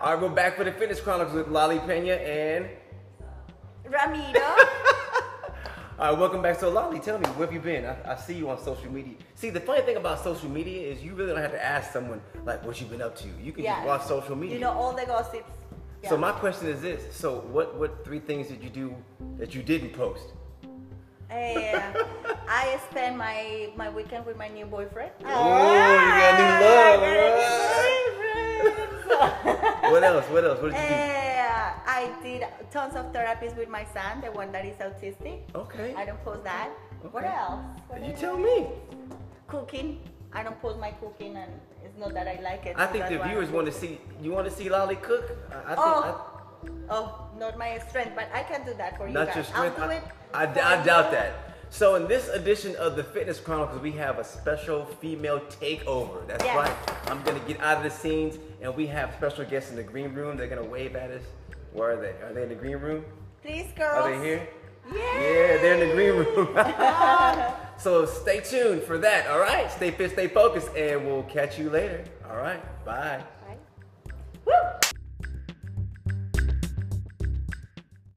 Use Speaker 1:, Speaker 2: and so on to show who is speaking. Speaker 1: All right, we're back for the Fitness Chronicles with Lolly Pena and.
Speaker 2: Ramiro.
Speaker 1: All right, welcome back. So, Lolly, tell me, where have you been? I, I see you on social media. See, the funny thing about social media is you really don't have to ask someone, like, what you've been up to. You can
Speaker 2: yeah.
Speaker 1: just watch social media.
Speaker 2: You know all the gossips. Yeah.
Speaker 1: So, my question is this So, what, what three things did you do that you didn't post?
Speaker 2: Eh, I spend my my weekend with my new boyfriend. Ah, Oh,
Speaker 1: you got a new love,
Speaker 2: boyfriend.
Speaker 1: What else? What else? What did you do?
Speaker 2: Eh, I did tons of therapies with my son, the one that is autistic.
Speaker 1: Okay.
Speaker 2: I don't post that. What
Speaker 1: Okay.
Speaker 2: else? What
Speaker 1: You
Speaker 2: else?
Speaker 1: tell me.
Speaker 2: Cooking. I don't post my cooking, and it's not that I like it.
Speaker 1: I
Speaker 2: so
Speaker 1: think
Speaker 2: that's
Speaker 1: the
Speaker 2: why I
Speaker 1: viewers
Speaker 2: don't
Speaker 1: want to
Speaker 2: post it.
Speaker 1: see. You want to see Lolly cook? I, I think, I-
Speaker 2: Oh, oh, not my strength, but I can do that for you
Speaker 1: not
Speaker 2: guys.
Speaker 1: your strength.
Speaker 2: I'll do
Speaker 1: I,
Speaker 2: it.
Speaker 1: I d-
Speaker 2: for
Speaker 1: I
Speaker 2: you.
Speaker 1: doubt that. So in this edition of the Fitness Chronicles, we have a special female takeover. That's
Speaker 2: Yes.
Speaker 1: right. I'm gonna get out of the scenes, and we have special guests in the green room. They're gonna wave at us. Where are they? Are they in the green room?
Speaker 2: Please, girls.
Speaker 1: Are they here?
Speaker 2: Yeah.
Speaker 1: Yeah, they're in the green room. so stay tuned for that. All right. Stay fit, stay focused, and we'll catch you later. All right. Bye.
Speaker 2: Right?